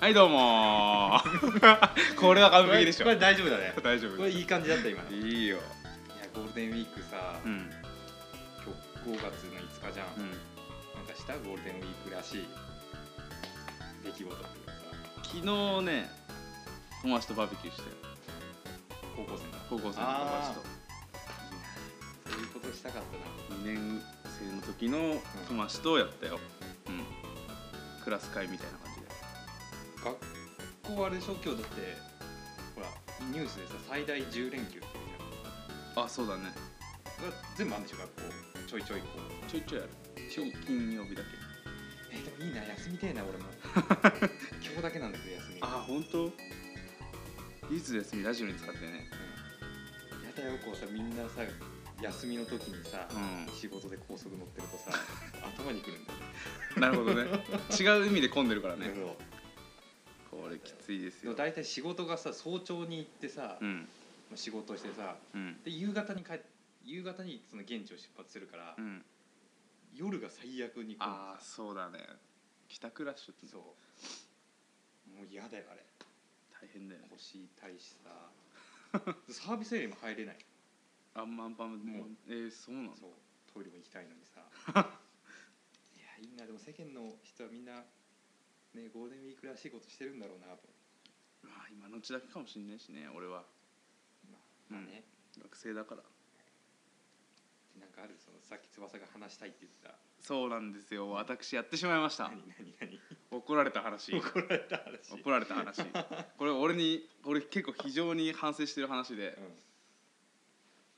はいどうもー これは完璧でしょこれこれ大丈夫だね大丈夫これいい感じだった今いやいいよゴールデンウィークさ、うん今日5月の5日じゃん、うなんんかしたゴールデンウィークらしい出来事っていうかさ昨日ね友達とバーベキューしたよ高校生だ高校生の友達とそういうことしたかった2年生の時の友達とやったよ、うん、クラス会みたいな感じでな学校あれでしょ今日だってほらニュースでさ最大10連休って言うじゃんあそうだねが全部あるんでしょ学校ちょいちょいこうちょいちょいある金金曜日だけえでもいいな休みてえ な俺も今日だけなんだけど休みあ本当いつ休みラジオに使ってねうんやだよこうさみんなさ休みの時にさ、う仕事で高速乗ってる とさ頭にくるんだよんなるほ どね違う意味で混んでるからねねこれきついですでもよ大体仕事がさ早朝に行ってさ、うん仕事してさうんで夕方に帰っ夕方にその現地を出発するから、うん夜が最悪に混むああそうだね帰宅ラッシュってそうもう嫌だよあれ大変だよね腰痛いし さサービスエリアにも入れないあんまあんまもううえー、そうなのそうトイレも行きたいのに さいやいいなでも世間の人はみんなねゴールデンウィークらしいことしてるんだろうなとまあ今のうちだけかもしれないしね俺はまあうんまあね、学生だからでなんかあるそのさっき翼が話したいって言ってたそうなんですよ私やってしまいました何何何怒られた話 怒られた話怒られた話 これ俺に俺結構非常に反省してる話で、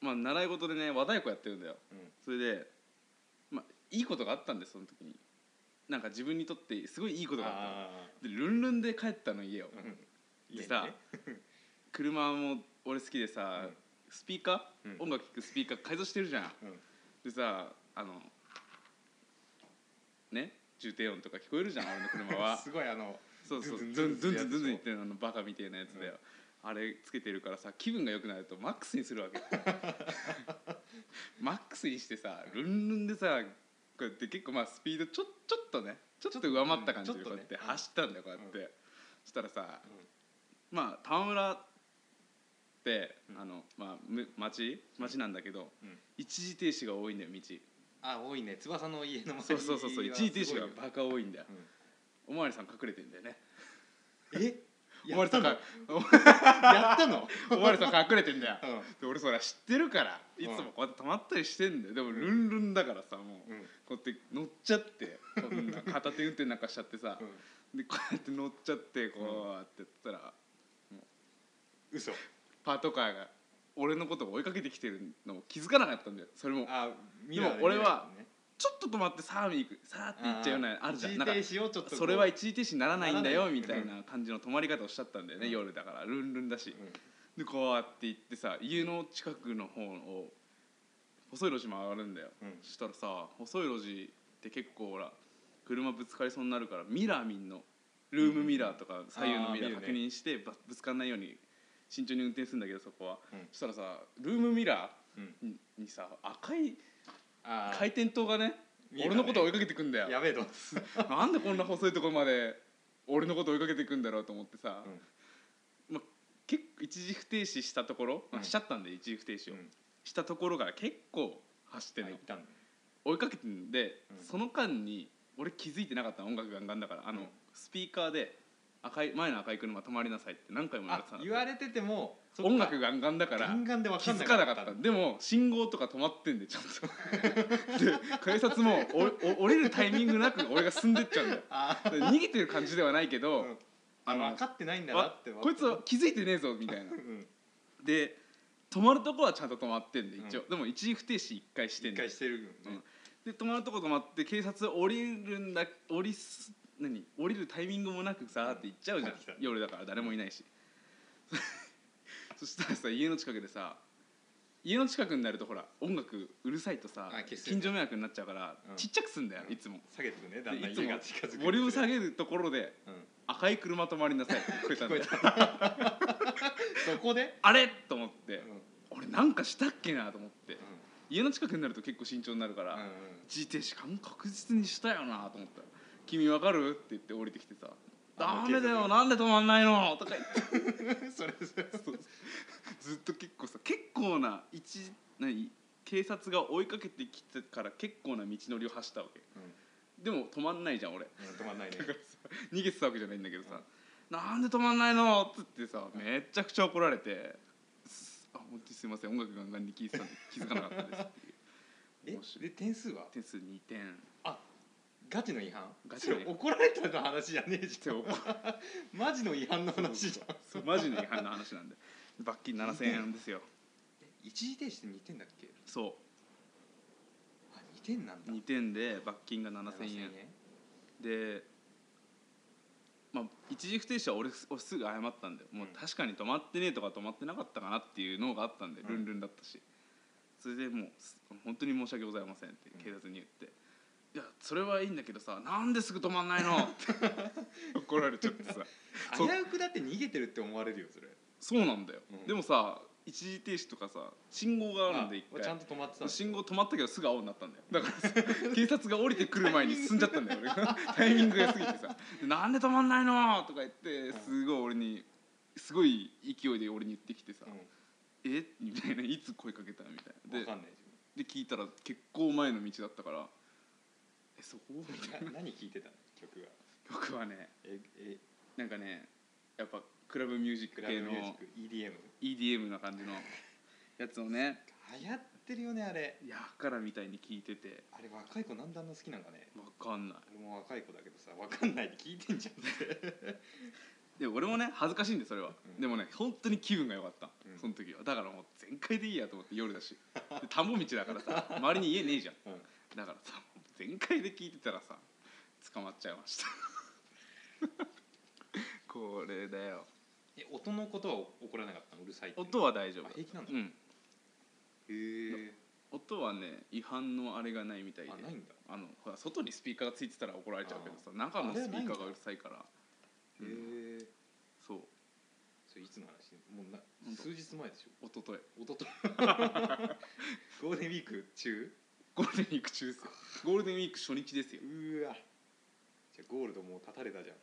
まあ、習い事でね和太鼓やってるんだようんうんそれで、まあ、いいことがあったんですその時になんか自分にとってすごいいいことがあっあたのでルンルンで帰ったの家をーうんでさ車も俺好きでさ、うんスピーカー、うん音楽聴くスピーカー改造してるじゃん家にねでさあのね重低音とか聞こえるじゃん俺のうん車は すごいあのそうそうズズンンズズンンズンズズンズンンズン言ってるあのバカみたいなやつだよ、うあれつけてるからさ気分が良くなるとマックスにするわけマックスにしてさルンルンでさこうやって結構まあスピードちょちょっとねちょっと上回った感じでうんこちょうっとやっねて走ったんだよこうやって、うそしたらさうんまあ玉村って、うんあのまあむ町町なんだけど、うん一時停止が多いんだよ道あ多いね翼の家の周りそうそうそうそう一はすごい時停止がよバカ多いんだよおうんまわりさん隠れてんだよねえおまわりさんやかっ やったのおまわりさん隠れてんだようんで俺それ知ってるからいつもこうやって止まったりしてんだよでもルンルンだからさもううんこうやって乗っちゃ ってこんな片手運転なんかしちゃってさうんでこうやって乗っちゃってこうやってやったら嘘パトカーが俺のことを追いかけてきてるのも気づかなかったんだよそれもあ見でも俺はちょっと止まってさあ行くさーって行っちゃうようなあるじゃんなんか一時停止をちょっとこうそれは一時停止にならないんだよならないみたいな感じの止まり方をしちゃったんだよねうん夜だからルンルンだしでこうやって行ってさ家の近くの方を細い路地回るんだよ、うんそしたらさ細い路地って結構ほら車ぶつかりそうになるからミラーみんのルームミラーとか左右のミラあー見るーね確認してばぶつかんないように慎重に運転するんだけどそこは、うんそしたらさルームミラうんうんーににさ赤いあー回転灯がね見えた俺ねのことを追いかけてくんだよやべえとなんでこんな細いところまで俺のこと追いかけてくんだろうと思ってさ、まあ、結構一時不停止したところ、まあ、うんしちゃったんで一時不停止を、うんしたところが結構走ってあん行のったんだ追いかけてんで、うんその間に俺気づいてなかったの音楽がガンガンだからあの、うんスピーカーで赤い「前の赤い車止まりなさい」って何回も言われあてたの言われててもそっか音楽ガンガンだかガらンガンで分気かんなづかなかったでも信号とか止まってんでちゃんと で警察もおお折れるタイミングなく俺が進んでっちゃうんだよあで逃げてる感じではないけど、うんあの分かってないんだなわってこいつは気づいてねえぞみたいなうんで止まるとこはちゃんと止まってんで一応、うでも一時不停止1回して一んで回してるよねで止まるとこ止まって警察降りるんだ降りす何降りるタイミングもなくさーって行っちゃうじゃん、うん夜だから誰もいないし そしたらさ家の近くでさ家の近くになるとほら音楽うるさいとさ、あ消すよ近ね所迷惑になっちゃうから、うんちっちゃくすんだよ、うんいつも下げてくねだでんだんいつも家が近づくボリューム下げげるところで「赤い車止 まりなさい」って聞こえたん聞だこよえた そこであれと思って、うん俺なんかしたっけなと思ってうん家の近くになると結構慎重になるから、うん自転車も確実にしたよなと思ったら「君わかる?」って言って降りてきてさ「あダメだもようなんで止まんないの?」とか言ってうん それそれそれずっと結構さ結構な一何警察が追いかけてきてから結構な道のりを走ったわけうんでも止まんないじゃん俺うん止まんないねだからさ逃げてたわけじゃないんだけどさ「なんで止まんないの?」っつってさめちゃくちゃ怒られて「あ本当にすいません音楽ガンガンに聴いてたんで気づかなかったです」っていうえ面白でい点数は点数2点あガチの違反ガチの違反それ怒られたの話じゃねえじでゃ怒んマジの違反の話じゃんそうマジの違反の話なんで罰金7000円ですよ一時停止って2点だっけそあ2点なんうだ2点で罰金が7000 7000円でまあ一時不停車は俺す俺すぐ謝ったんだよもううん確かに止まってねえとか止まってなかったかなっていうのがあったんで、うんルンルンだったしそれでもうす本当に申し訳ございませんって警察に言って。いやそれはいいんだけどさなんですぐ止まんないのって怒られちゃってさそ危ううくだって逃げてるって思われるよそれそうなんだよ、うんでもさ一時停止とかさ信号があるんで一回ちゃんと止まってたんだ信号止まったけどすぐ青になったんだよだ からさ警察が降りてくる前に進んじゃったんだよ俺がタイミングが過ぎてさ「なんで止まんないの?」とか言ってすごい俺にすごい勢いで俺に言ってきてさ「うえみたいな「いつ声かけた?」みたんい分なかでんないで自聞いたら結構前の道だったから「えそこ?」み たい分な何聴いてたの曲がな僕はねええなんかねやっぱクラブミュージッククラブ系ミュージッのク EDM EDM な感じのやつをね流行ってるよねあれやからみたいに聞いててあれ若い子なんであんな好きなんかねわかんない俺も若い子だけどさ分かんないで聞いてんじゃんってで俺もね恥ずかしいんでそれは、うんでもね本当に気分が良かった、うんその時はだからもう全開でいいやと思って夜だしで田んぼ道だからさ周りに家ねえじゃんうんだからさ全開で聞いてたらさ捕まっちゃいました これだよ え音のことは怒らなかったのうるさいって音は大丈夫あ平気なんだうん、へえ音はね違反のあれがないみたいであないんだあのほら外にスピーカーがついてたら怒られちゃうけどさ中のスピーカーがうるさいからへえそうそれいつの話もうな本当数日前でしょ一昨日おととい ゴールデンウィーク中ゴールデンウィーク中ですよゴールデンウィーク初日ですようーわじゃあゴールドもう立たれたじゃん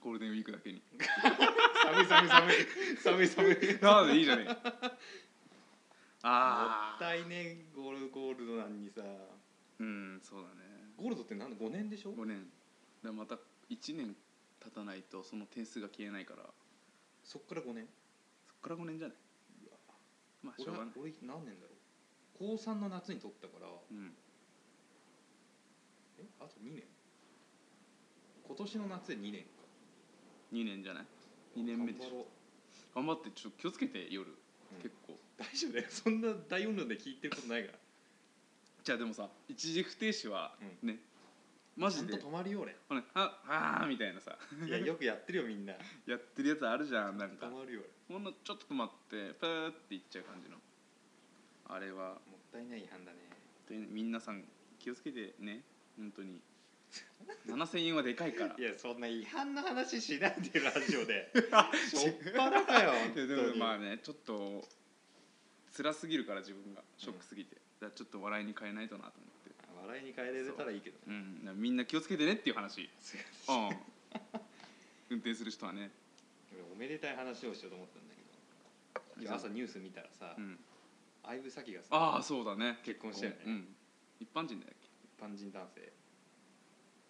ゴールデンウィークだけに寒い寒い 寒い寒い寒い なのでいいじゃねえかもああったいねゴールゴールドなのにさうんそうだねゴールドってなんだ5年でしょ5年でまた1年経たないとその点数が消えないからそっから5年そっから5年じゃないうわまあし俺ょうがはない俺何年だろう高3の夏に取ったからうんえあと2年今年の夏で2年か2年じゃない2年目でし頑張ょろう頑張ってちょっと気をつけて夜うん結構大丈夫だよ そんな大音量で聞いてることないからじゃあでもさ一時不停止はねマジちゃでんと止まるよ 俺あのああーみたいなさいやよくやってるよみんなやってるやつあるじゃんなんか止まるよほんのちょっと止まってプーっていっちゃう感じのあれは俺もったいない違反だねで皆さん気をつけてね本当に7000円はでかいから いやそんな違反の話しないでラジ オでしょっぱなかよ本当いやにでもまあねちょっと辛すぎるから自分がショックすぎて、だからちょっと笑いに変えないとなと思って笑いに変えられたらいいけどねうんだからみんな気をつけてねっていう話すいまうせん ん運転する人はね俺おめでたい話をしようと思ったんだけど今朝ニュース見たらさうん、相武咲がさああそうだね結婚したよねうん、一般人だっけ一般人男性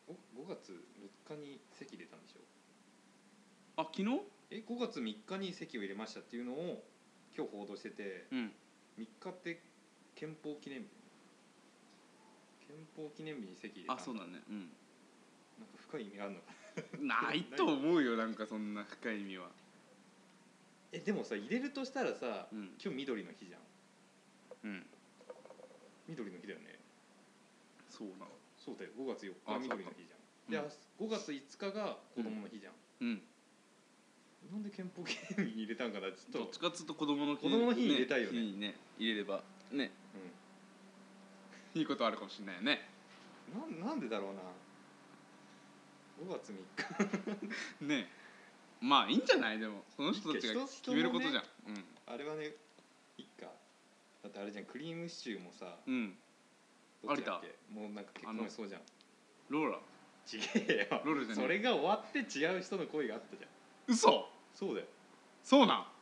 お5月6日に籍出たんでしょあ昨日え5月3日に籍を入れましたっていうのを今日報道しててうん3日って憲法記念日憲法記念日に籍入れたあそうなんかだねうん 深い意味があるのかなないと思うよなんかそんな深い意味はえでもさ入れるとしたらさ、うん今日緑の日じゃんうん緑の日だよねそうなのそうだよ5月4あ日緑の日じゃんで、そうか5月5日が子供の日じゃん、うんなんで憲法記念日に入れたんかなちょどっっとちかっつうと子供の日子供の日に入れたいよね日にね入れればねういいことあるかもしれないよねんなんなんでだろうな5月3日ねまあいいんじゃないでもその人たちいやが人決めることじゃん、あれはねだってあれじゃんクリームシチューもさうんどっちだっけもうなんか結婚しそうじゃんローラちげえよロールじゃねえそれが終わって違う人の恋があったじゃん嘘そうだよそうな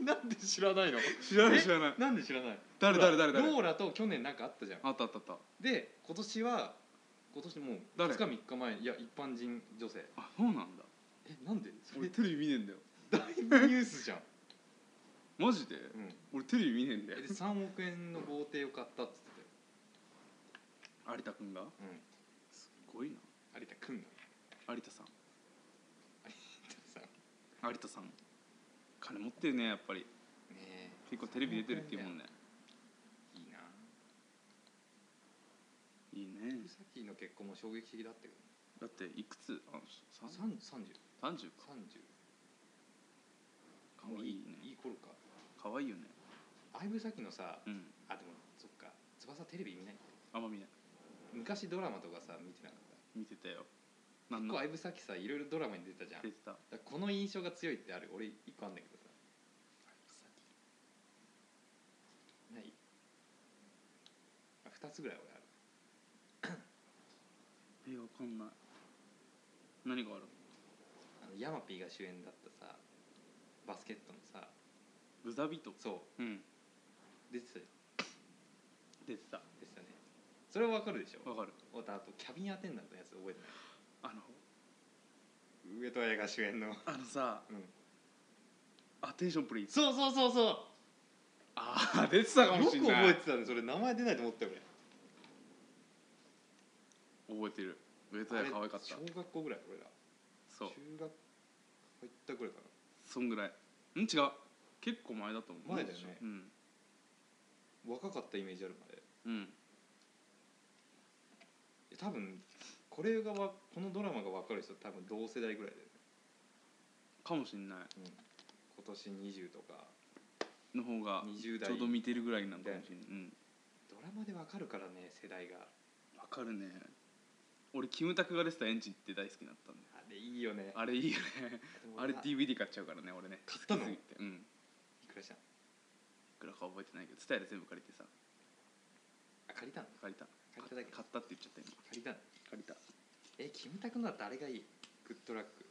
んなんで知らないの知らなえい知らない なんで知らない誰ほら誰誰誰ローラと去年なんかあったじゃんあったあったあったで今年は今年もう誰2日3日前いや一般人女性あそうなんだえなんでそ俺れテレビ見ねえんだよだいぶニュースじゃん、マジでうん、俺テレビ見ねえんだよで3億円の豪邸を買ったっつって有田くんがたよ、すごいなうん、有田くんの有田さんさね有田さん金持ってるねやっぱりえ結構テレビ出てるっていうもんねいいないういねさっきの結婚も衝撃的だったけどだっていくつあさん3030 30かかわいいいねい頃かかわいいよね相武咲のさうんあでもそっか翼テレビ見ないあんま見ない昔ドラマとかさ見てなかった見てたよなん結の構相武咲さいろいろドラマに出てたじゃん出てただからこの印象が強いってある俺一個あんだけどさないあ二つぐらい俺あるえわかんない何があるあのヤマピーが主演だったさバスケットのさブザビートそうんう出てたよ出てた出てたねそれはわかるでしょわかるあとあとキャビンアテンダントのやつ覚えてあのない上戸彩が主演の、うん、あのさアテンションプリーズそうそうそうそうああ出てたかもしんないよく覚えてたねそれ名前出ないと思ったよ覚えてる上戸俺彩可愛かったあれ小学校ぐらい俺らそう中学入ったぐらいかなそんぐらいん違う結構前だと思う前だよねうん若かったイメージあるまでうんえ多分これがわこのドラマが分かる人多分同世代ぐらいで、かもしんない今年20とかの方が20代ちょうど見てるぐらいなのかもしれないうんドラマで分かるからね世代がわかるね俺キムタクが出てたエンジンって大好きだったんだよあれいいよねあれいいよねあれ DVD 買っちゃうからね俺ね買った好のきすぎてうんいくらしたいくらか覚えてないけど伝えで全部借りてさあ借りたの借りた借りただけ買ったって言っちゃった今借りたの借りたえキムタクのだってあれがいいグッドラック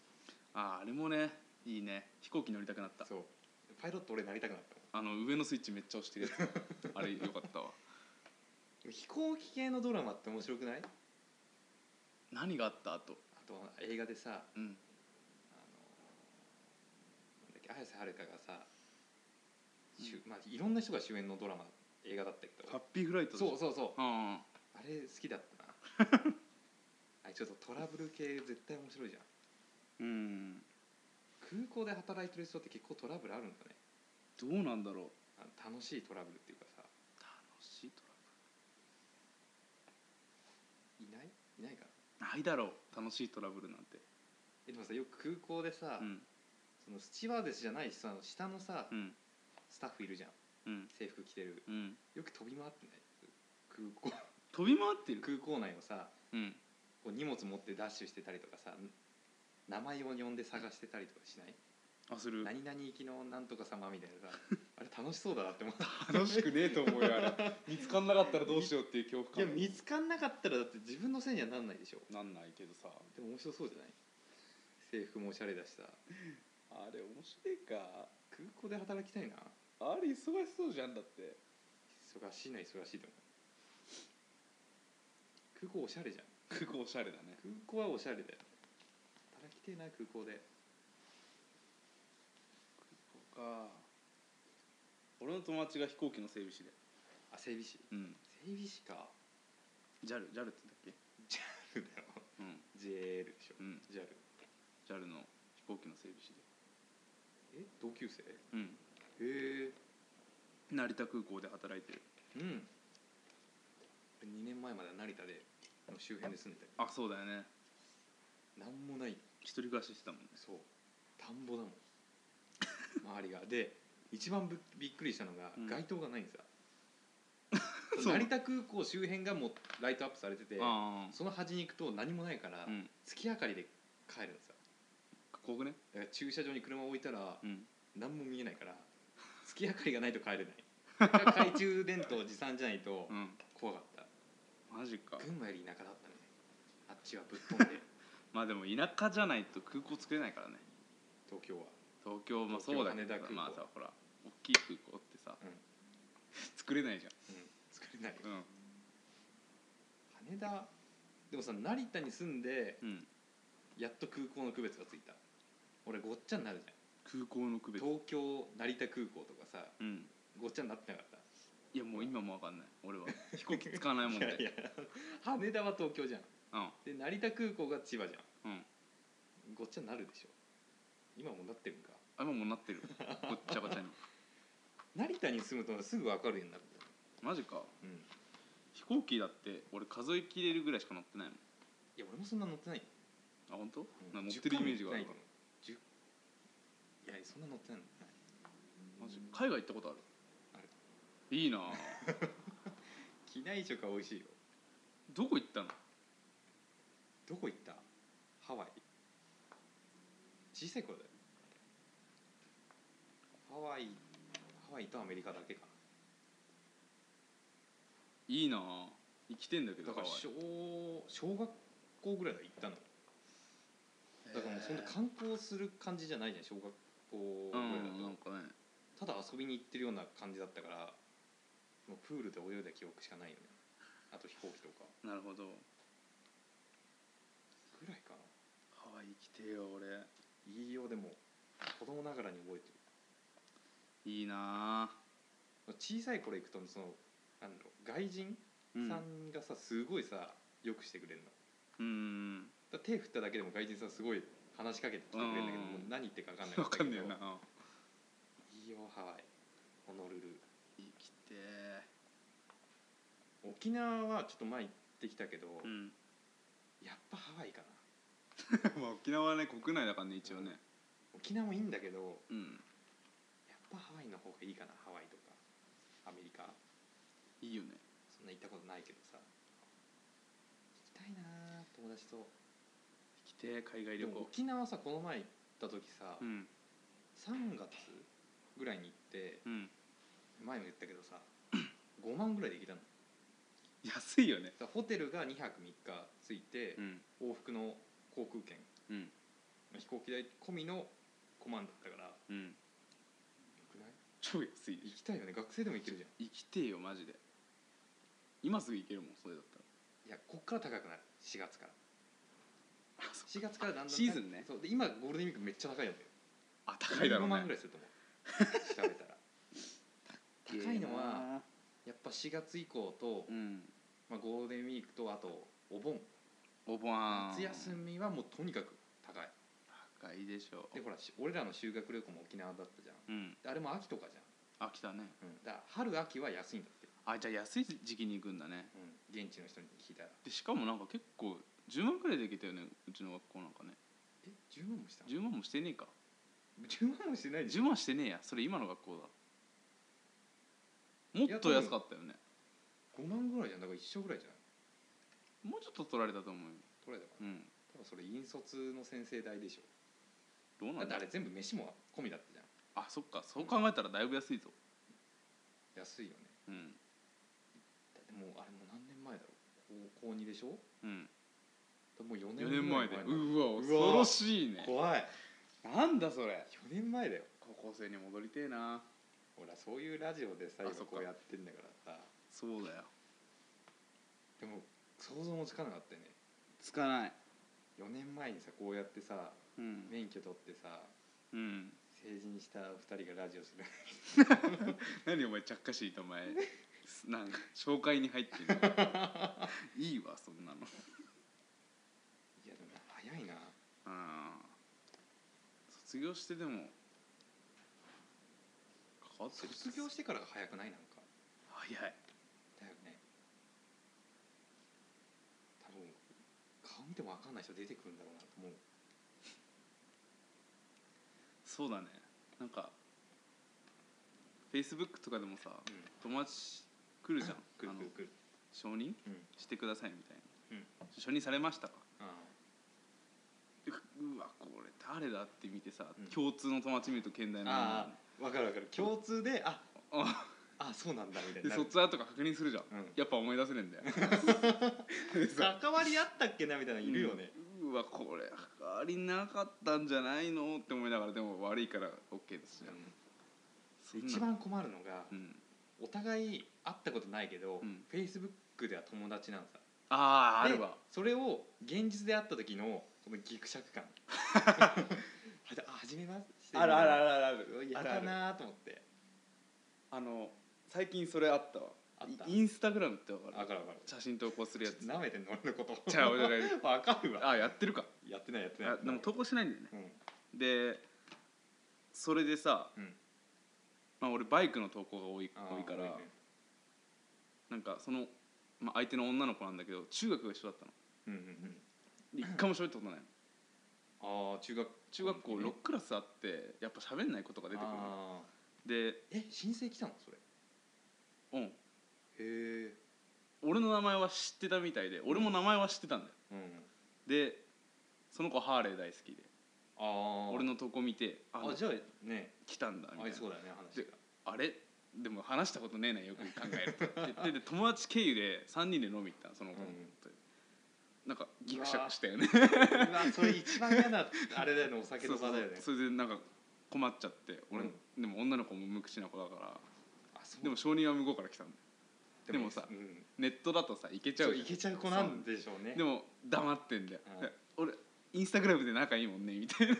あーあれもねいいね飛行機乗りたくなったそうパイロット俺なりたくなったもあの上のスイッチめっちゃ押してるや つあれよかったわん飛行機系のドラマって面白くないあ何があった後と映画でさあのうんなんだっけ綾瀬はるかがさ、主まあ、いろんな人が主演のドラマ映画だったけハッどピーフライトでしょそうそうそううんうんあれ好きだったな あれちょっとトラブル系絶対面白いじゃんうん空港で働いてる人って結構トラブルあるんだねどうなんだろうあの楽しいトラブルっていうかさ楽しいトラいないいないかなブルないだろう楽しいトラブルなんてえでもさよく空港でさ、うんそのスチュワーデスじゃない人の下のさ、うんスタッフいるじゃんうん制服着てるうんよく飛び回ってない空港 飛び回ってる空港内をさうんこう荷物持ってダッシュしてたりとかさ名前を呼んで探してたりとかしない、あする何々行きのなんとか様みたいなさあれ楽しそうだなって思った楽しくねえと思うよあれ 見つかんなかったらどうしようっていう恐 いや見つかんなかったらだって自分のせいにはなんないでしょなんないけどさでも面白そうじゃない制服もおしゃれだしさあれ面白いか空港で働きたいなあれ忙しそうじゃんだって 忙しいな忙しいと思う空港おしゃれじゃん空港おしゃれだね空港はおしゃれだよ働きてえな空港でそうか俺の友達が飛行機の整備士であ整備士うん整備士か JAL JAL って言っ JAL だよたっけうん JAL でしょうん JAL JAL の飛行機の整備士でえ同級生へうんえ成田空港で働いてるうん2年前までは成田での周辺で住んでたよあそうだよねなんもない一人暮らししてたもんねそう田んぼだもん周りがで一番ぶびっくりしたのが、うん街灯がないんですよ そう成田空港周辺がもうライトアップされててあその端に行くと何もないから、あうん月明かりで帰るんですよここねだから駐車場に車を置いたらうん何も見えないから月明かりがないと帰れない懐中電灯持参じゃないとうん怖かったマジか群馬より田舎だったねあっちはぶっ飛 んでまあでも田舎じゃないと空港作れないからね東京は東京もそうだけど東京羽田空港まあさほら大きい空港ってさ、うん 作れないじゃうん作れないんうん羽田でもさ成田に住んでうんやっと空港の区別がついた俺ごっちゃになるじゃ空港の区ん別東京成田空港とかさうんごっちゃになってなかったいやもう今もわかんない俺は飛行機使わないもんいでやいや羽田は東京じゃんうんで成田空港が千葉じゃんうんごっちゃになるでしょ今もうなってるんかあ今もうなってるごっちゃごちゃに成田に住むとすぐ分かるようになったマジかうんい飛行機だって俺数えきれるぐらいしか乗ってないもんや俺もそんな乗ってないよあ本当、うんなんか乗ってるイメージがあるか10回も乗ってないと思う10いやそんな乗ってないのないらマジ海外行ったことあるあるいいなぁ機内食は美味しいよどこ行ったのどこ行ったハワイ小さい頃だよハワイハワイとアメリカだけかいいなぁ生きてんだけなどだからハワイ小小学校ぐらいだ行ったのだからもうそんな観光する感じじゃないじゃん小学校うぐらいだと、んなんかねただ遊びに行ってるような感じだったからもうプールで泳いだ記憶しかないよねあと飛行機とかなるほどぐらいかなハワイ行きてえよ俺いいよでも子供ながらに覚えてるいいな小さい頃行くとそのなんだろう外人ぁうんさんがさすごいさよくしてくれるのうんだ手振っただけでも外人さんすごい話しかけてきてくれるんだけどうんもう何言ってるか分かんないわかんねえだなけどいいよハワイホノルル生きてえ沖縄はちょっと前行ってきたけど、うんやっぱハワイかな まあ沖縄はね国内だからね一応ね沖縄もいいんだけどうんやっぱハワイの方がいいかなハワイとかアメリカいいよねそんな行ったことないけどさ行きたいな友達と生きてえ海外で旅も行沖縄さこの前行った時さ、うん3月ぐらいに行ってうん前も言ったけどさ5万ぐらいで行けたの安いよねだからホテルが2泊3日ついてう、ん往復の航空券うん飛行機代込みの5万だったからようんくない超安いでし行きたいよね学生でも行けるじゃんょ生きてえよマジで今すぐ行けるもんそれだったらいやこっから高くなる4月からあそ4月からだんだんシーズンねそうで今ゴールデンウィークめっちゃ高いのよあ高いだろう15ね万ぐらいすると思 う調べたら高いのはやっぱ4月以降と、うんまあ、ゴールデンウィークとあとお盆お盆夏休みはもうとにかく高い高いでしょでほらし俺らの修学旅行も沖縄だったじゃんうんであれも秋とかじあ来たねゃん、だから春秋は安いんだって、あじゃあ安い時期に行くんだね現地の人に聞いたらでしかもなんか結構10万くらいで行けたよねうちの学校なんかねえ10万もしたの10万もしてねえか10万もしてないでし10万してねえやそれ今の学校だもっと安かったよねょ5万ぐらいじゃんだから一緒ぐらいじゃないもうちょっと取られたと思うよ取られたかうらん多分それ引率の先生代でしょどうなだっんだてあれ全部飯も込みだったじゃんあそっかそう考えたらだいぶ安いぞ安いようねんだってもうあれもう何年前だろう高高2でしょうんもう4年4年前でぐらいうわ恐うわろしいね怖いなんだそれ4年前だよ高校生に戻りてえなほらそういうラジオでさあ今そっかこうやってんだからさそうだよでも想像もつかなかったよねつかない4年前にさこうやってさうん免許取ってさうん成人した2人がラジオ する何お前ちゃっかしいとお前 なんか紹介に入ってる いいわそんなのいやでも早いなうん卒業してでも変わってる卒業してからが早くないなんか早いだよね多分顔見ても分かんない人出てくるんだろうなと思うそうだねなんかフェイスブックとかでもさうん友達来るじゃんくるあのくるくる承認うんしてくださいみたいな、うん承認されましたかあううわこれ誰だって見てさ、うん共通の友達見ると見題なあ分かる分かる共通であああそうなんだみたいでなそっちだとか確認するじゃん、うんやっぱ思い出せねえんだ よでさ関わりあったっけなみたいなのいるよね、うんうわこれ関わりなかったんじゃないのって思いながらでも悪いから OK ですじゃん、そんな一番困るのが、うん、お互い会ったことないけど、うんフェイスブックでは友達なんさあああでるわそれを現実で会った時のこのギクシャ ク感はじあ初めましてるるある嫌だなと思ってあの最近それあったわあったインスタグラムってわか分るかる分かる写真投稿するやつなめてんの俺のことじゃあ俺が分かるわあやってるかやってないやってないあでも投稿しないんだよねうんでそれでさ、うんまあ、俺バイクの投稿が多いあー多いか多らねなんかその、まあ、相手の女の子なんだけど中学が一緒だったのうんうんうんで一回も喋ったことないのああ中学中学校うん6クラスあってやっぱ喋んないことが出てくるのあで、ーえ申請来たのそれうん、へえ俺の名前は知ってたみたいで俺も名前は知ってたんだようんでその子ハーレー大好きでああ俺の投稿見てああじゃあね来たんだみあたいりなそうだよね話でがあれでも話したことねえなよく考えるとって言ってで友達経由で3人で飲み行ったのその子のうんなんかギクシャクしたよねうわそれ一番嫌なあれだよねお酒の場だよねそうそうそれでなんか困っちゃって俺、うんでも女の子も無口な子だからあそうでも承認は向こうから来たんだよでもさうんネットだとさいけちゃそううじいゃんけちゃう子なんでしょうねでも黙ってんだよ、うんで俺インスタグラムで仲いいもんねみたいなわ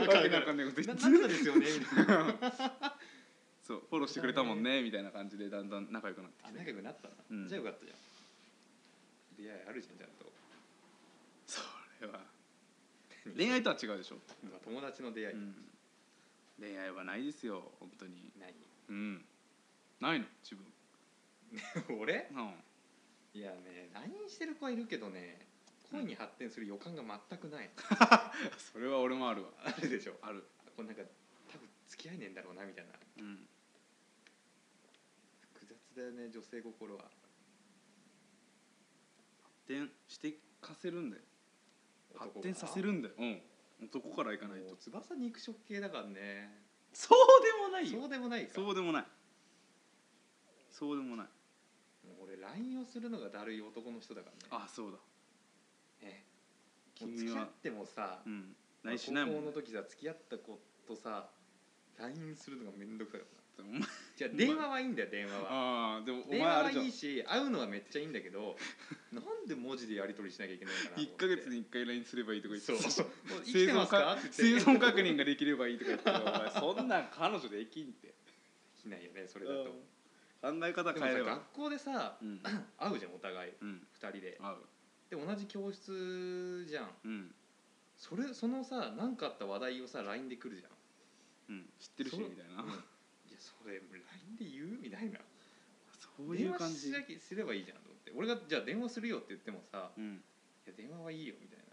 わかけるなわん かかるんないこと言なってなんかですよねみたいなそうフォローしてくれたもんねみたいな感じでだんだん仲良くなってあき仲て良くなったうなんじゃあよかったじゃんいやあるじゃんちゃんとそれは恋愛とは違うでしょ、まあ友達の出会いうん恋愛はないですよ本当にないうんないの自分俺うんいやね LINE してる子はいるけどね恋に発展する予感が全くないそれは俺もあるわあるでしょあるこれなんか多分付き合えねえんだろうなみたいなうん複雑だよね女性心は発展してかせるんだよ男が発展させるんだようん男からいかもないうと翼肉食系だからねそうでもなそうでもないかそうでもないそうでもないもう俺 LINE をするのがだるい男の人だからねあそうだねもう付君き合はってもさうんまあ LINE しないも高ん校ねの時さ付き合った子とさ LINE するのがめんどくさかったお前じゃあ電話はいいんだよ電話はああでもお前電話あはれじゃんいいし会うのはめっちゃいいんだけどなんで文字でやり取りしなきゃいけないのかな1か月に1回 LINE すればいいとか言ってそうた もう生生きてま存すかかって言って生存確認ができればいいとか言って たらお前そんなん彼女できんってできないよねそれだと考え方でもさ変えれば学校でさうん会うじゃんお互いうん2人で合うで同じ教室じゃんうんそれそのさ何かあった話題をさ LINE で来るじゃんうん知ってるしそみうたいなうんいやそれ LINE で言うみたいなそういう感じ電話しなきゃすればいいじゃんと思って俺がじゃあ電話するよって言ってもさうん「いや電話はいいよ」みたいな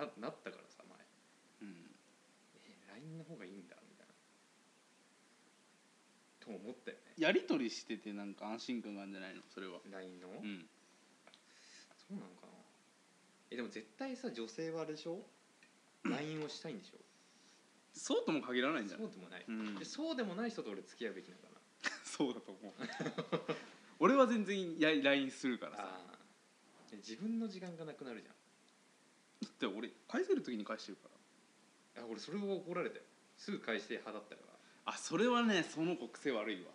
ななったからさ前うんえ LINE の方がいいんだみたいなと思ったよねやり取りしててなんか安心感があるんじゃないのそれは LINE の、うんそうなのかなえでも絶対さ女性はあれでしょ LINE をしたいんでしょそうとも限らないんじゃそないうでもない、うんでそうでもない人と俺付き合うべきなのかな そうだと思う俺は全然や LINE するからさあー自分の時間がなくなるじだって俺返せる時に返してるからゃんあ俺それを怒られたよすぐ返して派だったからあそれはねその子癖悪いわ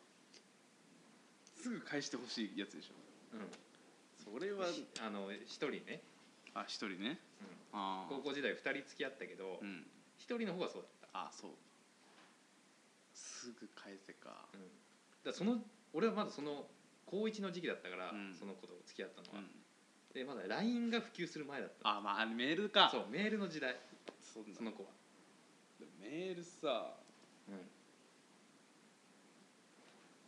すぐ返してほしいやつでしょうんそれはしあの一人ね、あ一人ねうんあ高校時代二人付き合ったけどあうん一、人の方がそうだっあそうすぐ返せかた、だからその俺はまだその高一の時期だったから、うんその子と付き合ったのうは、んでまだ LINE が普及する前だったあまあメールかそうメールの時代そんなその子は、メールさうん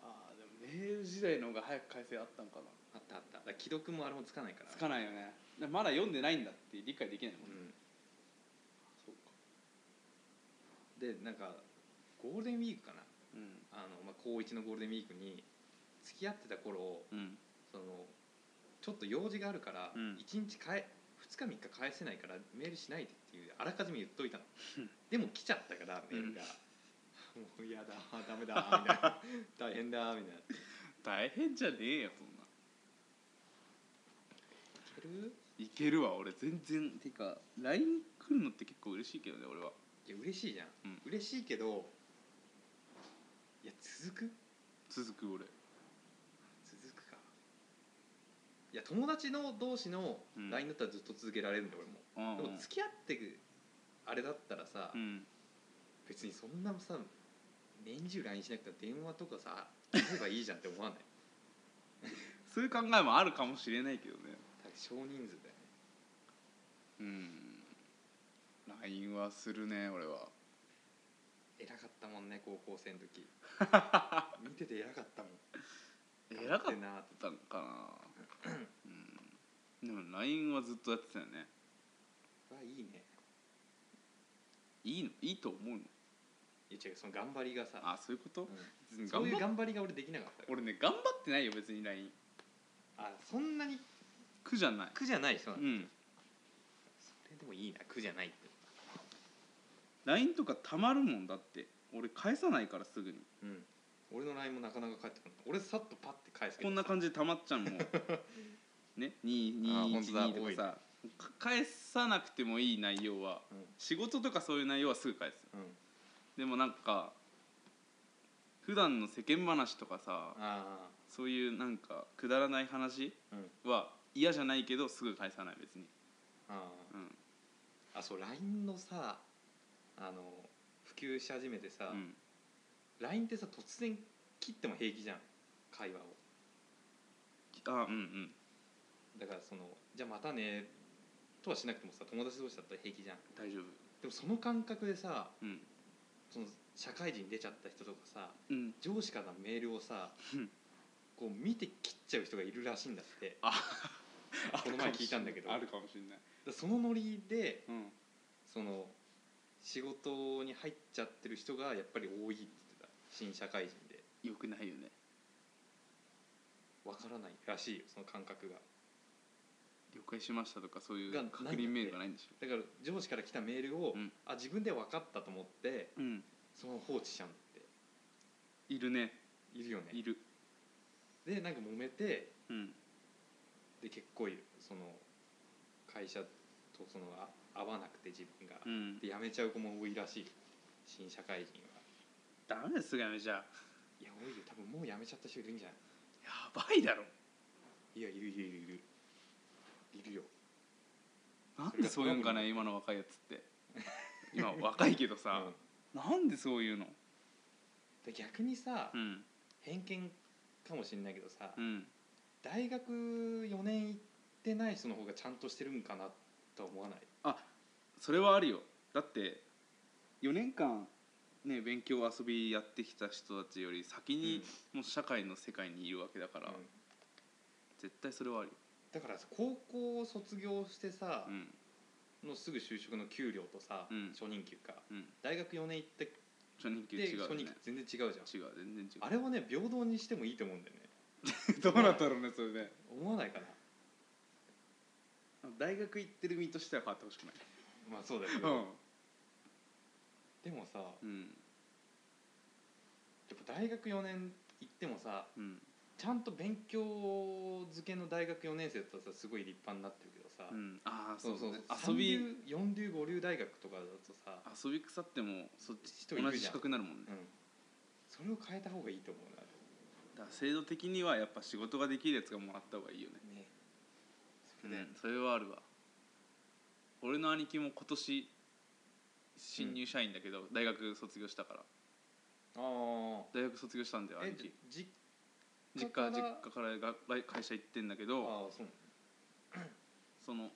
あーでもメール時代の方が早く返せあったんかなあったあっただから既読もあれもつかないからつかないよねでまだ読んでないんだって理解できないもんね、うそうかん、でなんかゴールデンウィークかなうんあの、まあ、高一のゴールデンウィークに付き合ってた頃うんそのちょっと用事があるから、うん一1日かえ2日3日返せない からメールしないでっていうあらかじめ言っといたのでも来ちゃったからメールが、もうやだダメだ みたいな大変だみたいな大変じゃねえよそんないけるいけるわ俺全然てか LINE 来るのって結構嬉しいけどね俺はいや嬉しいじゃん、うん嬉しいけどいや続く続く俺続くかいや友達の同士のうん LINE だったらずっと続けられるんだよ俺も、うんでも付き合ってくあれだったらさ、うん別にそんなさ年中 LINE しなくても電話とかさすればいいじゃんって思 わないそういう考えもあるかもしれないけどねだって少人数だよねうん LINE はするね俺は偉かったもんね高校生の 時見てて偉かったもん偉かっ頑張てんなってたんかな、うん、でも LINE はずっとやってたよねわいいねいいのいいと思うのいや違うその頑張りがさ、あそういうこと、う別んにそう頑い張うっ頑張りが俺できなかったから俺ね頑張ってないよ別に LINE あそんなに苦じゃない苦じゃない人なうんだんそれでもいいな苦じゃないって LINE とかたまるもんだって俺返さないからすぐにうん俺の LINE もなかなか返ってこない俺さっとパッて返すけどこんなじ感じでたまっちゃう もんねあー本当だ2212とかさか返さなくてもいい内容は仕事とかそういう内容はすぐ返すうん、うん、でもなんか普段の世間話とかさあそういうなんかくだらない話あうんは嫌じゃないけどすぐ返さない別に、あうんああそう LINE のさあの普及し始めてさ、うん LINE ってさ突然切っても平気じゃん会話をあうんうんだからそのじゃあまたねとはしなくてもさ友達同士だったら平気じゃん大丈夫でもその感覚でさうんその社会人出ちゃった人とかさうん上司からのメールをさうんこう見て切っちゃう人がいるらしいんだってあこの前聞いたんだけどあるかもしれないだそのノリでうんその仕事に入っちゃってる人がやっぱり多いって言ってた新社会人でよくないよねわからないらしいよその感覚が了解しましたとかそういがう確認メールがないんでしょだから上司から来たメールを、うんあ自分で分かったと思ってうんそのまま放置しちゃうんだっいるねているよねいるでなんか揉めてうんで結構その会社とそのあ合わなくて自分が、うんで辞めちゃう子も多いらしい新社会人はダメですがめじゃあいや多いよ多分もう辞めちゃった人いるんじゃなやばいだろいいやいるいるいるいるいるよなんでそういうんかな今の若いやつって今若いけどさ、うんなんでそういうので逆にさ、うん偏見かもしれないけどさ、うん大学4年行ってない人の方がちゃんとしてるんかなとは思わないそれはあるよだって4年間ね勉強遊びやってきた人たちより先にもう社会の世界にいるわけだかうんら、絶対それはあるよ、だからさ高校を卒業してさ、うんのすぐ就職の給料とさ、うん初任給かうん、大学4年行って初任給で、違うよ初ね任給全然違うじゃん違う全然違うあれをね平等にしてもいいと思うんだよね どうなったろうねそれで思わないかな大学行ってる身としては変わってほしくないまあそうだけど、でもさやうんうんっぱ大学4年行ってもさうんちゃんと勉強漬けの大学4年生だとさすごい立派になってるけどさ、うんああそそううそうね遊遊びび4流5流大学とかだとさ、遊び腐ってもそっち人いるじ同じ資ゃん格になるもんねうん、それを変えた方がいいと思うなだから制度的にはやっぱ仕事ができるやつがもらった方がいいよねねそれうで、んそれはあるわ俺の兄貴も今年新入社員だけど、大学卒業したからあ大学卒業したんだよあ兄え貴じじ実家から家実家からが来会社行ってんだけああどそうそのや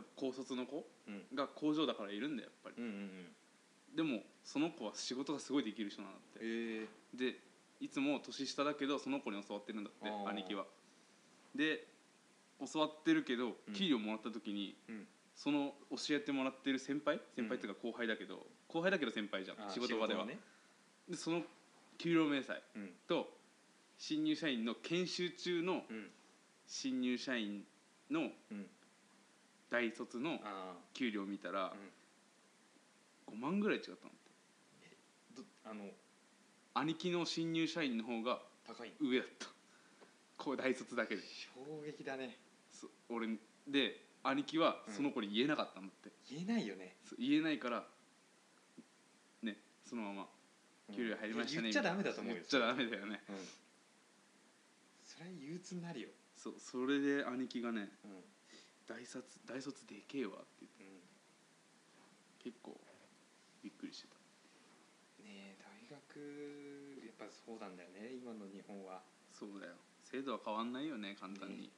っぱ高卒の子うんが工場だからいるんだよやっぱり、うんうんうんでもその子は仕事がすごいできる人なんだってええでいつも年下だけどその子に教わってるんだってあー兄貴はで教わってるけどうん給料もらった時に、うんその教えてもらってる先輩先輩っていうか後輩だけど、後輩だけど先輩じゃん仕事場ではね、でその給料明細うんと新入社員の研修中のうん新入社員のうん大卒のあ給料見たら、うん5万ぐらい違ったのどあの兄貴の新入社員の方が高いの上だったこれ大卒だけで衝撃だねそ俺で兄貴はその子に言えなかったんだって、言えないよねそう言えないからねそのまま給料入りましたね、言っちゃダメだと思うよ言っちゃダメだよねうんそれは憂鬱になるよ、そうそれで兄貴がねうんうん、大卒大卒でけえわって言って結構びっくりしてたねえ大学やっぱそうなんだよね今の日本はそうだよ制度は変わんないよね簡単に、うん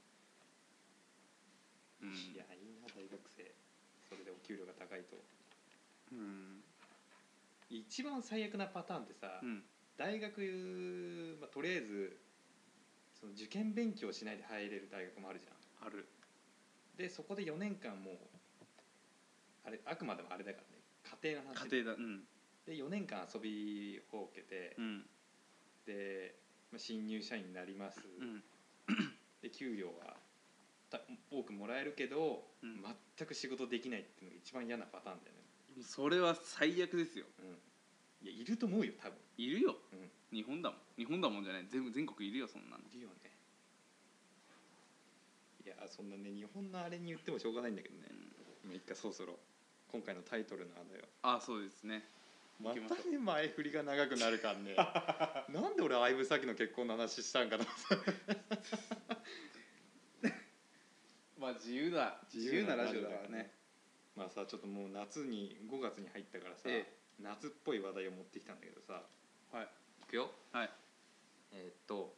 いやいいな大学生それでお給料が高いとうん一番最悪なパターンってさ、うん大学、まあ、とりあえずその受験勉強しないで入れる大学もあるじゃんあるでそこで4年間もうあれあくまでもあれだからね家庭の話家庭だうんで4年間遊びほうけて、うんで、まあ、新入社員になります、うんで給料はた多くもらえるけど、うん全く仕事できないっていうのが一番嫌なパターンだよね、それは最悪ですようん、いやいると思うよ多分いるよ、うん日本だもん日本だもんじゃない全部全国いるよそんなのいるよねいやそんなね日本のあれに言ってもしょうがないんだけどね、もう一回そろそろ今回のタイトルのあれよああそうですねまきましょうたね前振りが長くなるかんね なんで俺相武咲の結婚の話したんかなまあ自由だ自自由由ななララジオジだオだかかららねねまあさちょっともう夏に5月に入ったからさ、え夏っぽい話題を持ってきたんだけどさはいいくよはいえーっと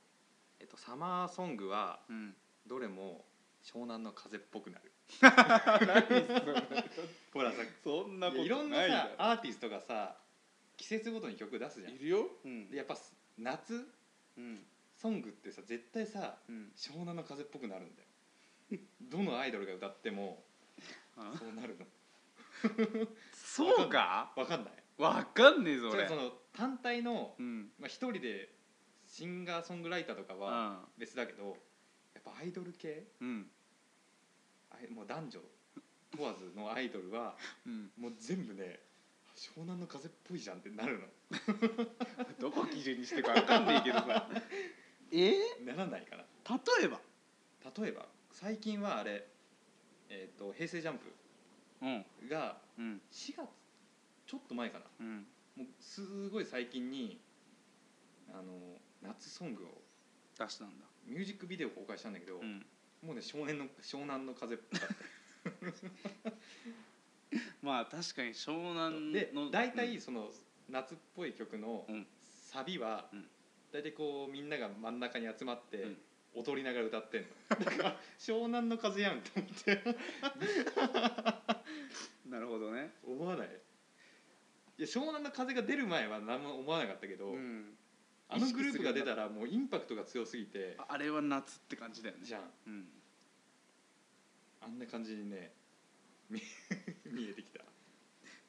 えっとサマーソングはうんどれも湘南の風っぽくなるそ ほらさんなこといろんなないさだろアーティストがさ季節ごとに曲出すじゃんいるようんでやっぱす夏うんソングってさ絶対さうん湘南の風っぽくなるんだよどのアイドルが歌ってもあそうなるのそうかわかんないわかんねえぞそれは俺その単体のうんまあ、一人でシンガーソングライターとかはあ別だけどやっぱアイドル系うんあいもう男女問わずのアイドルはうんもう全部ね湘南の風っぽいじゃんってなるのどこ基準にしてかわかんねえけどさ えならないかな例えば例えば最近はあれ、えー、と平成ジャンプうんがうん4月ちょっと前かなうんもうすごい最近にあの夏ソングを出したんだミュージックビデオ公開したんだけど、うんもうね少年の湘南の風っぽかったまあ確かに湘南での大体その夏っぽい曲のうんサビはうん大体こうみんなが真ん中に集まっうてん踊りながら歌ってんのだから湘南の風やんと思ってなるほどね思わないいや湘南の風が出る前は何も思わなかったけど、うんあのグループが出たらもうインパクトが強すぎてああれは夏って感じだよねじゃんうんあんな感じにね見 見えてきた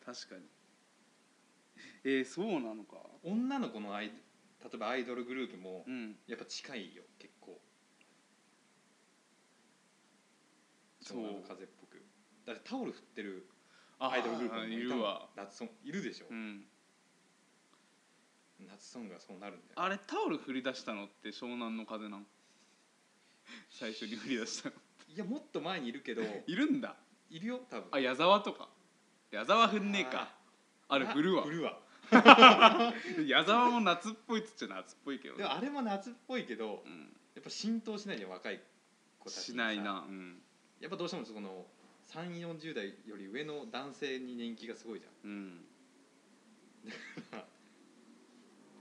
確かにえー、そうなのか女の子のアイ例えばアイドルグループもうんやっぱ近いよ結構そう湘南の風っぽくだってタオル振ってるあアイドルグループあもいたもんるわ夏ソンいるでしょ、うん夏ソングはそうなるんだよあれタオル振り出したのって湘南の風なの最初に振り出したのいやもっと前にいるけどいるんだいるよ多分あ矢沢とか矢沢振んねえかあれ振るわ振るわ矢沢も夏っぽいっつっちゃ夏っぽいけどでねもあれも夏っぽいけどやうんっぱ浸透しないじゃん若い子たちにさしないなうんやっぱどうしてもその3 4 0代より上の男性に人気がすごいじゃんうん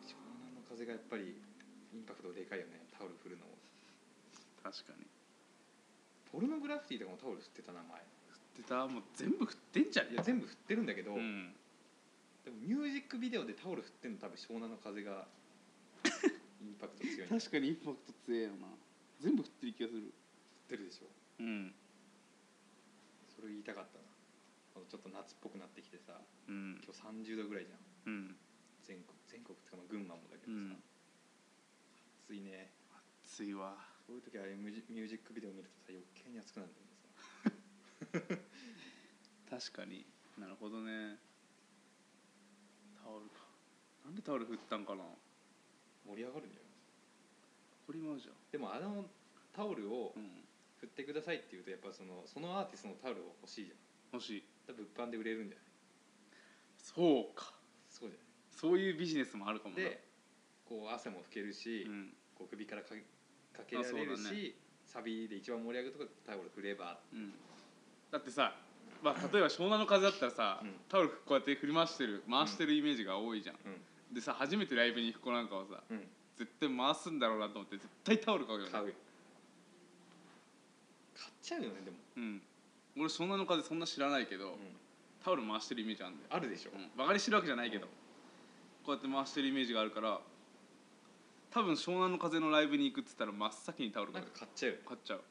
湘南の風がやっぱりインパクトでかいよねタオル振るの確かにポルノグラフィティとかもタオル振ってた名前でたもう全部振ってんじゃねいや全部振ってるんだけど、うんでもミュージックビデオでタオル振ってんの多分湘南の 風がインパクト強いの振っ確かにインパクト強えよな全部振ってる気がするてるでしょうんそれを言いたかったなちょっと夏っぽくなってきてさうん今日30度ぐらいじゃんうん全国全国ってかまあ群馬もだけうどさ、ん暑いね暑いわこういう時ああいうミュージミュージックビデオ見るとさ余計に暑くなるんだよねさ確かになるほどねタオルかなんでタオル振ったんかな盛り上がるんじゃないこれもあるじゃんでもあのタオルをうん振ってくださいって言うとやっぱそのそのアーティストのタオル欲しいじゃんもし多分物販で売れるんじゃないそうかそうじゃそういうビジネスもあるかもんなでこう汗も拭けるし、うんこう首からかけかけられるあそうだし、サビで一番盛り上げるとこタオル振ればうんだってさまあ例えば湘南の風だったらさ、うんタオルこうやって振り回してる回してるイメージが多いじゃん、うんでさ初めてライブに行く子なんかはさうん絶対回すんだろうなと思って絶対タオル買うよね買うよ買っちゃうよねでも、うん、俺湘南の風そんな知らないけど、うんタオル回してるイメージあるんだよ、あるでしょ、うん、バカにしてるわけじゃないけど、うんこうやって回してるイメージがあるから多分湘南の風のライブに行くっつったら真っ先にタオルな買んうか買っちゃうよね買っちゃう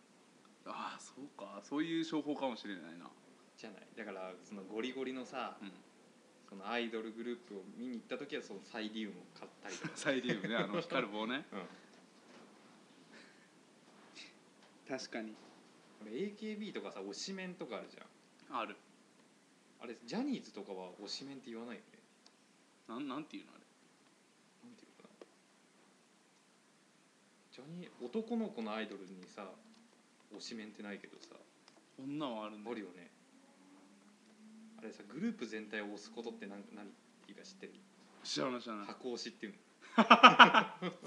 ああそうかそういう商法かもしれないなじゃないだからそのゴリゴリのさ、うんそのアイドルグループを見に行った時はそのサイリウムを買ったりとかサイリウムねあの光る棒 ねうん確かに俺 AKB とかさ推しメンとかあるじゃんあるあれジャニーズとかは推しメンって言わないよねなんなんていうのあれなんていうのかなジャニー男の子のアイドルにさ推しメンってないけどさ女はあるんだあるよねあれさグループ全体を推すことって何何っていうか知ってる知らない 知らない箱推しっていうの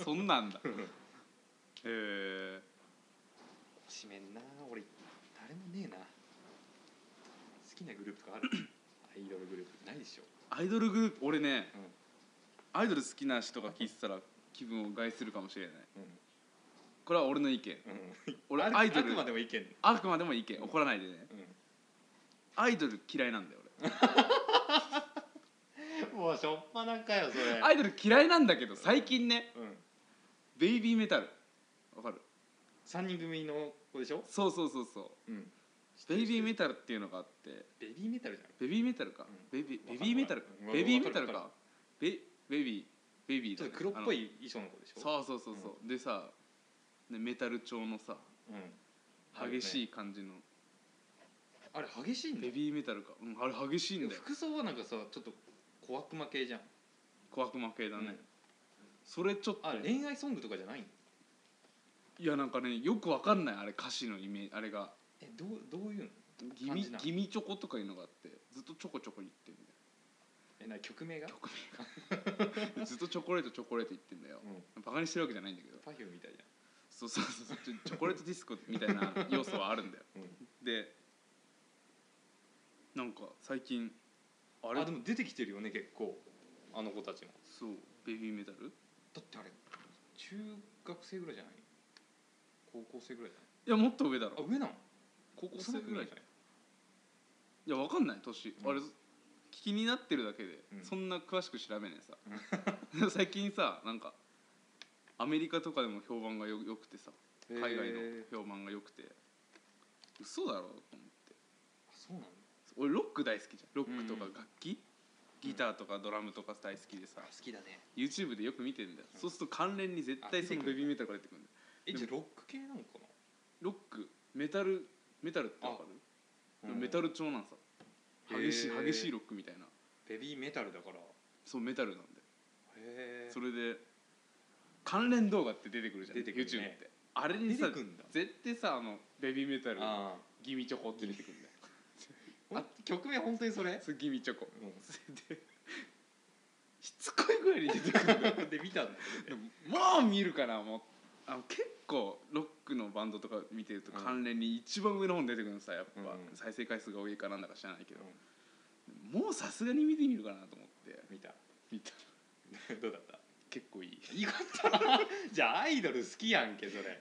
そんなんだへえ推しメンな俺誰もねえな好きなグループと かあるアイドルグループないでしょアイドルグループ俺ね、うんアイドル好きな人が聞いてたら気分を害するかもしれないうんこれは俺の意見うん俺あくアイドルあくまでも意見、あくまでも意見怒らないでねうアイドル嫌いなんだよん、もうしょっぱなかよそれ 俺アイドル嫌いなんだけど最近ねうん、ベイビーメタルわかる3人組の子でしょ、そうそうそうそうん、うベイビーメメタルっていうのがあってベビーメタルじゃんベビーメタルか、うんベビわベかんないビーメタルうんベビーメタルわかかベベビーベビーちだょっねと黒っぽい衣装の子でしあのょそうそうそうそう、でさ、ね、メタル調のさう、ん、激しいい感じのあれ激しいんだベよビーメタルか、うん、あれ激しいんだよ服装はなんかさちょっと小悪魔系じゃん、小悪魔系だね、うんそれちょっとあ恋愛ソングとかじゃないのいやなんかねよくわかんないあれ歌詞のイメージあれがえどうどういうのギ感ミじなのギミチョコとかいうのがあってずっとチョコチョコ言ってんだえな曲名が曲よ ずっとチョコレートチョコレート言ってんだようんバカにしてるわけじゃないんだけどパフュームみたいじそうそうそうそうちょチョコレートディスコみたいな要素はあるんだよゃん、でなんか最近ああれでも出てきてるよね結構あの子たちもそうベビーメタルだってあれ中学生ぐらいじゃない高校生ぐらいいじやもっと上だゃないろあ上なの高校幼生くぐならいいじゃないいやわかんない年、うんあれ気になってるだけで、うんそんな詳しく調べねえさ 最近さなんかアメリカとかでも評判がよよくてさ海外のへー評判が良くて嘘だろと思ってあそうなの俺ロック大好きじゃんロックとかうん楽器、ギターとかドラムとか大好きでさあ好きだね YouTube でよく見てんだよ、そうすると関連に絶対そのあベビーメタルが出てくるんだよえじゃあロック系なのかロックメタルメタルってわかるな、うんメタル調なんさ激しいへー激しいロックみたいなベビーメタルだからそうメタルなんだよへえそれで関連動画って出てくるじゃん出てくるね YouTube ってあれにさ出てくんだ絶対さあのベビーメタルあギミチョコって出てくるんだよああ曲名本当にそれ、そうギミチョコうでしつこいぐらいに出てくるんだよん、 で見たんだでももう見るかなもうあの結構ロックのバンドとか見てるとうん関連に一番上の方に出てくるのさやっぱ、うん再生回数が多いかなんだか知らないけけどど、、もうさすがに見てみるかなと思って見た 見たどうだった結構いいよかったじゃあアイドル好きやんけそれ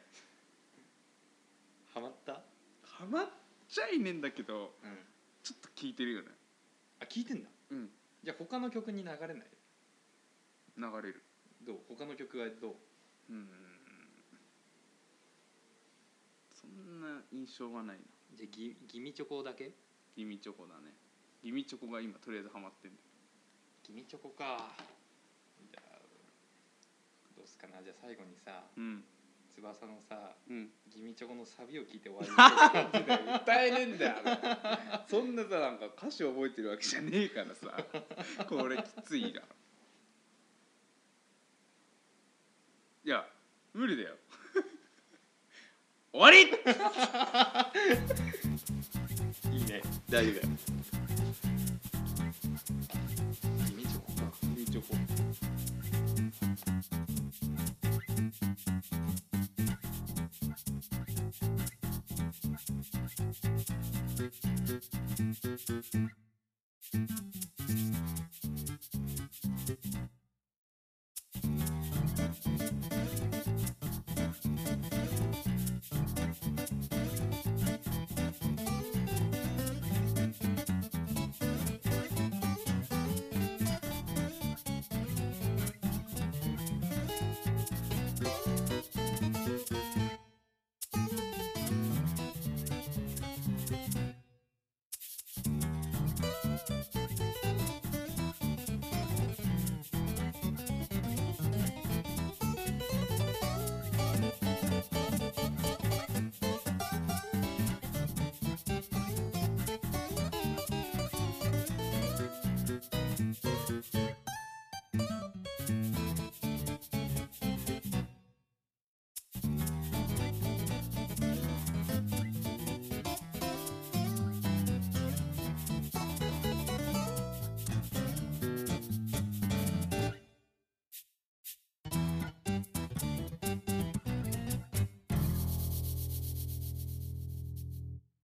ハマった、ハマっちゃいねんだけどうん、ちょっと聞いてるよねあ聞いてんだうんじゃあ他の曲に流れない流れるどう他の曲はどううんそんな印象はないなじゃあギギミチョコだけギミチョコだねギミチョコが今とりあえずハマってるギミチョコかじゃあどうすっかなじゃあ最後にさうん翼のさうんギミチョコのサビを聞いて終わりにしようか歌えねえんだよそんなさなんか歌詞覚えてるわけじゃねえからさこれきついないや無理だよ終わり いいね大丈夫だよみちょこかみちょこ